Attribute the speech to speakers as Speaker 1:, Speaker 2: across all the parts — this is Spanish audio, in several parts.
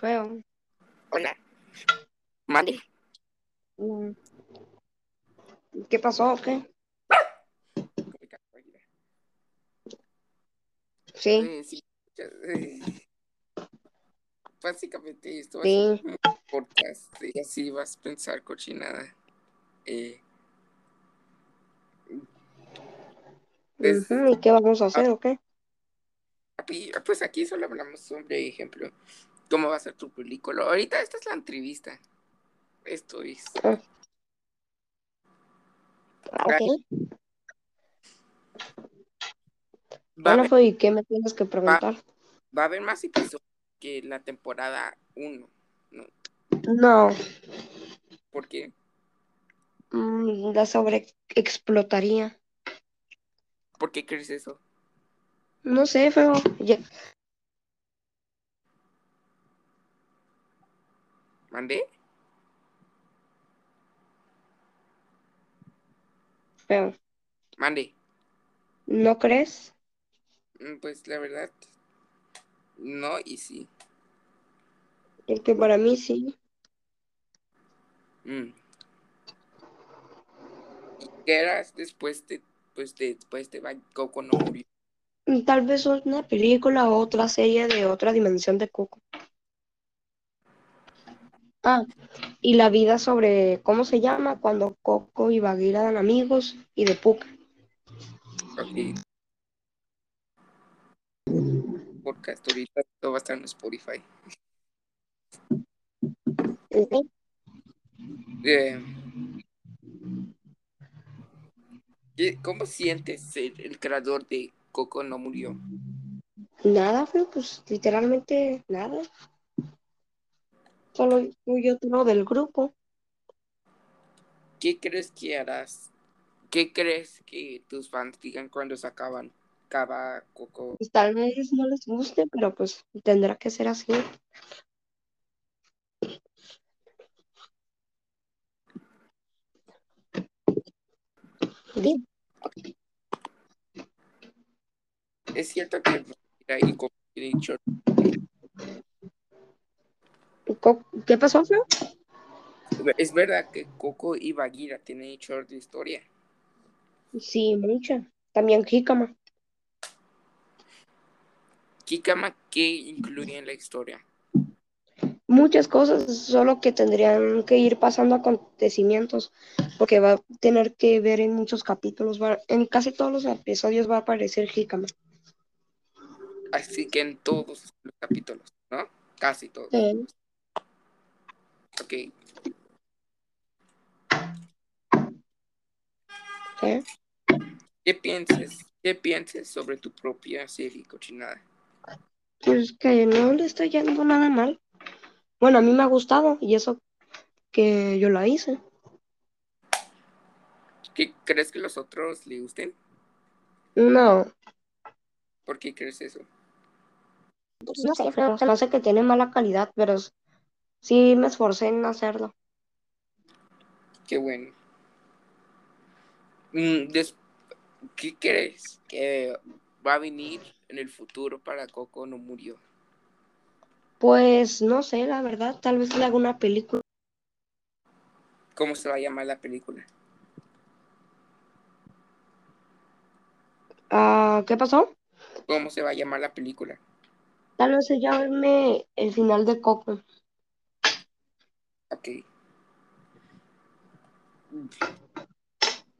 Speaker 1: feo.
Speaker 2: Hola. Mande.
Speaker 1: Mm. ¿Qué pasó o qué? Sí,
Speaker 2: Eh, sí. eh, Básicamente esto va a ser
Speaker 1: sí.
Speaker 2: un podcast y así vas a pensar cochinada. Eh, es-
Speaker 1: Ujú, ¿Y qué vamos a hacer o qué?
Speaker 2: aquí- pues aquí solo hablamos sobre ejemplo. ¿Cómo va a ser tu película? Ahorita esta es la entrevista. Esto es.
Speaker 1: Ah, ah, ok.
Speaker 2: Va a
Speaker 1: Bueno,
Speaker 2: haber-
Speaker 1: pues, ¿y qué me tienes que preguntar?
Speaker 2: va a haber más episodios que la temporada 1.
Speaker 1: No,
Speaker 2: Porque
Speaker 1: mm, la sobreexplotaría.
Speaker 2: ¿Por qué crees eso?
Speaker 1: No sé, feo. Ya-
Speaker 2: ¿Mandé?
Speaker 1: feo.
Speaker 2: Mandé.
Speaker 1: ¿No crees?
Speaker 2: Mm, Pues la verdad, no y sí.
Speaker 1: Es que para mí sí.
Speaker 2: Mm. ¿Y qué eras después de, pues, de- después de Van Coco no murió?
Speaker 1: Mm, Tal vez una película o otra serie de otra dimensión de Coco. Ah, y la vida sobre, ¿cómo se llama? Cuando Coco y Bagheera eran amigos y de Puka.
Speaker 2: Ok, podcast ahorita todo va a estar en Spotify.
Speaker 1: Ujú.
Speaker 2: Eh, ¿qué- ¿Cómo sientes ser el creador de Coco no murió?
Speaker 1: Nada, feo, pues literalmente nada. Solo tú y otro del grupo.
Speaker 2: ¿Qué crees que harás? ¿Qué crees que tus fans digan cuando se acaban? Acaba Coco.
Speaker 1: Pues, tal vez no les guste, pero pues tendrá que ser así. Di-
Speaker 2: Es cierto que Rhaenyra y Coco tienen short.
Speaker 1: Co- ¿Qué pasó, feo?
Speaker 2: Es verdad que Coco y Bagheera tienen short de historia.
Speaker 1: Sí, mucha. También Jícama.
Speaker 2: Kikama, ¿qué incluye en la historia?
Speaker 1: Muchas cosas, solo que tendrían que ir pasando acontecimientos, porque va a tener que ver en muchos capítulos, va- en casi todos los episodios va a aparecer Jícama.
Speaker 2: Así que en todos los capítulos, ¿no? Casi todos.
Speaker 1: Sí.
Speaker 2: Ok.
Speaker 1: Sí.
Speaker 2: ¿Qué piensas? ¿Qué piensas sobre tu propia serie cochinada?
Speaker 1: Pues que no le está yendo nada mal. Bueno, a mí me ha gustado y eso que yo la hice.
Speaker 2: ¿Qué crees que los otros le gusten?
Speaker 1: No,
Speaker 2: ¿Por qué crees eso?
Speaker 1: pues no sé, pero se me hace que tiene mala calidad, pero s- sí me esforcé en hacerlo.
Speaker 2: Qué bueno. Mm, des- ¿Qué crees que va a venir en el futuro para Coco no murió?
Speaker 1: Pues no sé, la verdad, tal vez le haga una película.
Speaker 2: ¿Cómo se va a llamar la película?
Speaker 1: Ah, ¿qué pasó?
Speaker 2: ¿Cómo se va a llamar la película?
Speaker 1: Tal vez se llame el final de Coco.
Speaker 2: Ok.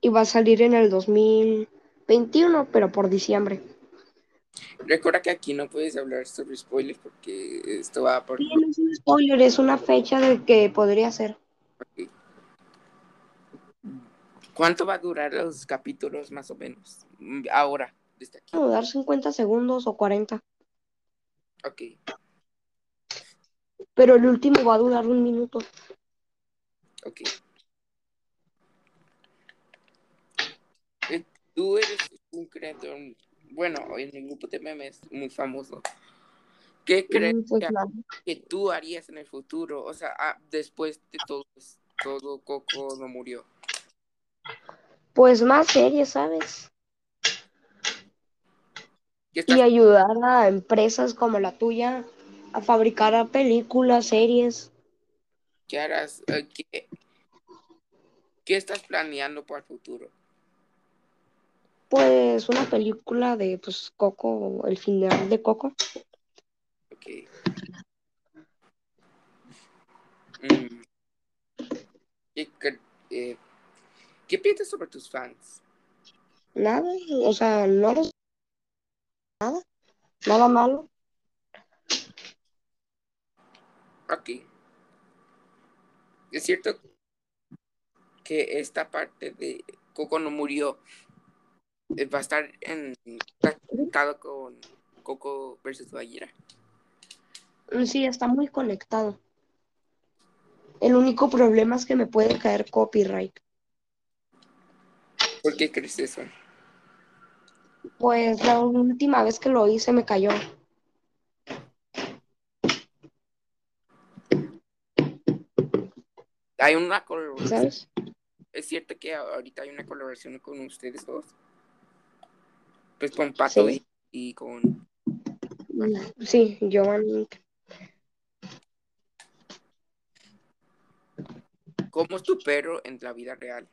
Speaker 1: Y va a salir en el 2021, pero por diciembre.
Speaker 2: Recuerda que aquí no puedes hablar sobre spoilers porque esto va por...
Speaker 1: Sí, no es un spoiler, es una fecha de que podría ser.
Speaker 2: ¿Cuánto va a durar los capítulos más o menos? Mm, Ahora, desde aquí.
Speaker 1: Como dar 50 segundos o 40.
Speaker 2: Ok,
Speaker 1: Pero el último va a durar un minuto.
Speaker 2: ok. Eh, Tú eres un creador, bueno, en el grupo de memes muy famoso. ¿Qué crees
Speaker 1: Mm, Pues nada.
Speaker 2: que tú harías en el futuro? O sea, ah, después de todo, todo Coco no murió.
Speaker 1: Pues más series, ¿sabes? Y
Speaker 2: ¿Qué estás,
Speaker 1: ayudar a empresas como la tuya fabricará películas, series.
Speaker 2: ¿Qué harás? Eh, ¿Qué, qué estás planeando para el futuro?
Speaker 1: Pues una película de pues Coco, el final de Coco.
Speaker 2: Ok. Mm. ¿Qué, cre- eh, ¿qué piensas sobre tus fans?
Speaker 1: Nada, o sea, no los nada, nada malo.
Speaker 2: Ok. Es cierto que esta parte de Coco no murió. eh, Va a estar en está conectado con Coco versus Bayera.
Speaker 1: Sí, está muy conectado. El único problema es que me puede caer copyright.
Speaker 2: ¿Por qué crees eso?
Speaker 1: Pues la última vez que lo hice me cayó.
Speaker 2: Hay una colaboración.
Speaker 1: ¿Sabes?
Speaker 2: Es cierto que ahorita hay una colaboración con ustedes dos. Pues con Pato
Speaker 1: Sí.
Speaker 2: y, y con.
Speaker 1: Sí, Giovanni.
Speaker 2: ¿Cómo es tu perro en la vida real?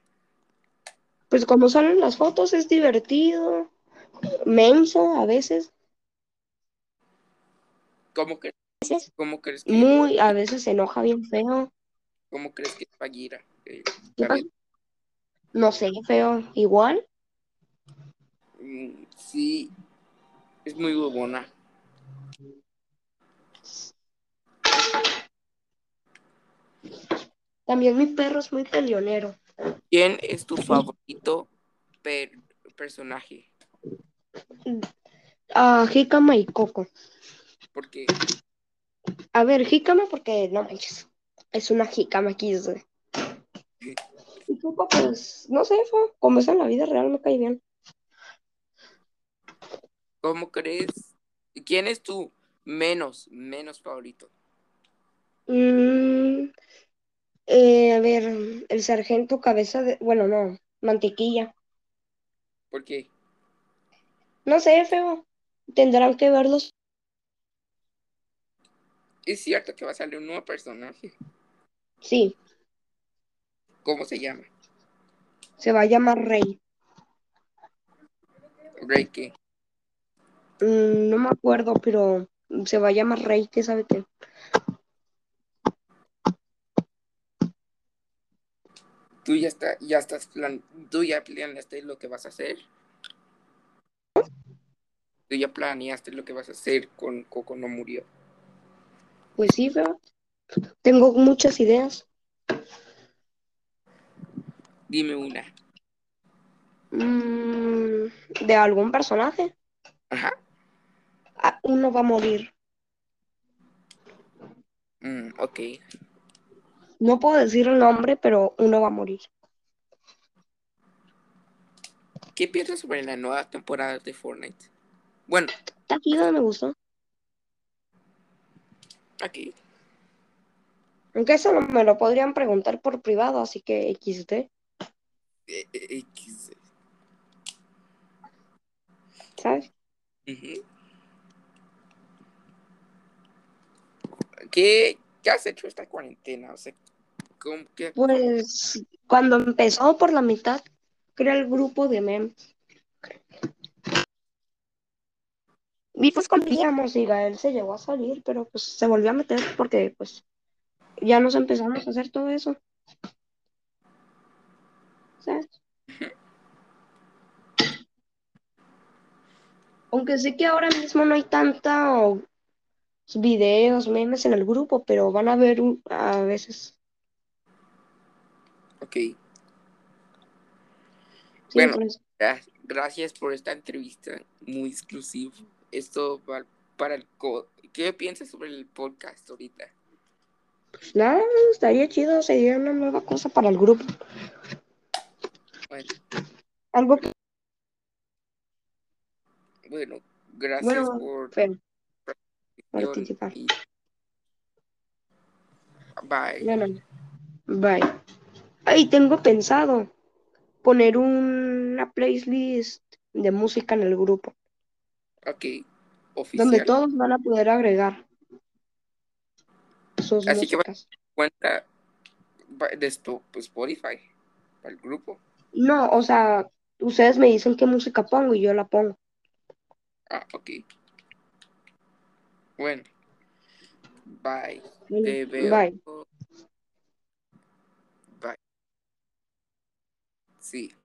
Speaker 1: Pues como salen las fotos es divertido, menso a veces,
Speaker 2: ¿Cómo crees,
Speaker 1: a veces
Speaker 2: cómo crees que
Speaker 1: muy, a veces se enoja bien feo,
Speaker 2: cómo crees que es Bagheera? Eh,
Speaker 1: ¿Qué
Speaker 2: la
Speaker 1: pasa? no sé, feo igual.
Speaker 2: ve- mm, sí, es muy buena.
Speaker 1: También mi perro es muy peleonero.
Speaker 2: ¿Quién es tu favorito per- personaje?
Speaker 1: Ah, Jícama y Coco.
Speaker 2: Porque
Speaker 1: A ver, Jícama porque no manches, es una Jícama aquí. es de- Y Coco pues, no sé, feo, como es en la vida real me cae bien.
Speaker 2: ¿cómo crees? ¿Quién es tu menos menos favorito?
Speaker 1: Mm, eh, a ver, el sargento cabeza de, bueno, no, mantequilla.
Speaker 2: Porque
Speaker 1: No sé, feo, tendrán que verlos.
Speaker 2: es cierto que va a salir un nuevo personaje.
Speaker 1: Sí,
Speaker 2: ¿Cómo se llama?
Speaker 1: se va a llamar Rey.
Speaker 2: Rey qué?
Speaker 1: Mm, no me acuerdo, pero se va a llamar Rey, que sabe qué.
Speaker 2: Tú ya está, ya estás plan, tú ya planeaste lo que vas a hacer. Tú ya planeaste lo que vas a hacer con Coco no murió.
Speaker 1: Pues sí, pero tengo muchas ideas.
Speaker 2: Dime una.
Speaker 1: Mm, de algún personaje.
Speaker 2: Ajá.
Speaker 1: Ah, uno va a morir.
Speaker 2: Mm, ok.
Speaker 1: No puedo decir el nombre, pero uno va a morir.
Speaker 2: ¿Qué piensas sobre la nueva temporada de Fortnite? Bueno,
Speaker 1: Está chida, me gustó.
Speaker 2: aquí.
Speaker 1: Aunque eso no me lo podrían preguntar por privado, así que XD,
Speaker 2: eh, eh, X.
Speaker 1: ¿sabes?
Speaker 2: Ujú. ¿Qué, qué has hecho esta cuarentena? O sea, ¿cómo, qué,
Speaker 1: Pues cuando empezó por la mitad, creé el grupo de memes. Y pues competíamos y Gael se llegó a salir, pero pues se volvió a meter porque pues ya nos empezamos a hacer todo eso. ¿sabes? Aunque sé que ahora mismo no hay tantos videos, memes en el grupo, pero van a ver un- a veces.
Speaker 2: ok.
Speaker 1: Sí,
Speaker 2: Bueno,
Speaker 1: por eso.
Speaker 2: gra- gracias por esta entrevista muy exclusiva. Esto va para el... co- ¿Qué piensas sobre el podcast ahorita?
Speaker 1: Pues nada, estaría chido, sería una nueva cosa para el grupo.
Speaker 2: Bueno,
Speaker 1: Algo que,
Speaker 2: bueno gracias
Speaker 1: bueno, ah.
Speaker 2: por
Speaker 1: pero
Speaker 2: la
Speaker 1: participar.
Speaker 2: y bye.
Speaker 1: Bueno, bye. Ay, tengo pensado poner una playlist de música en el grupo,
Speaker 2: Ok,
Speaker 1: donde
Speaker 2: oficial.
Speaker 1: todos van a poder agregar. sus
Speaker 2: Así que va-
Speaker 1: músicas.
Speaker 2: cuenta va- de esto, pues Spotify, para el grupo.
Speaker 1: No, o sea, ustedes me dicen qué música pongo y yo la pongo.
Speaker 2: Ah, ok. Bueno. Bye.
Speaker 1: Bueno,
Speaker 2: Te veo.
Speaker 1: Bye.
Speaker 2: Bye. Sí.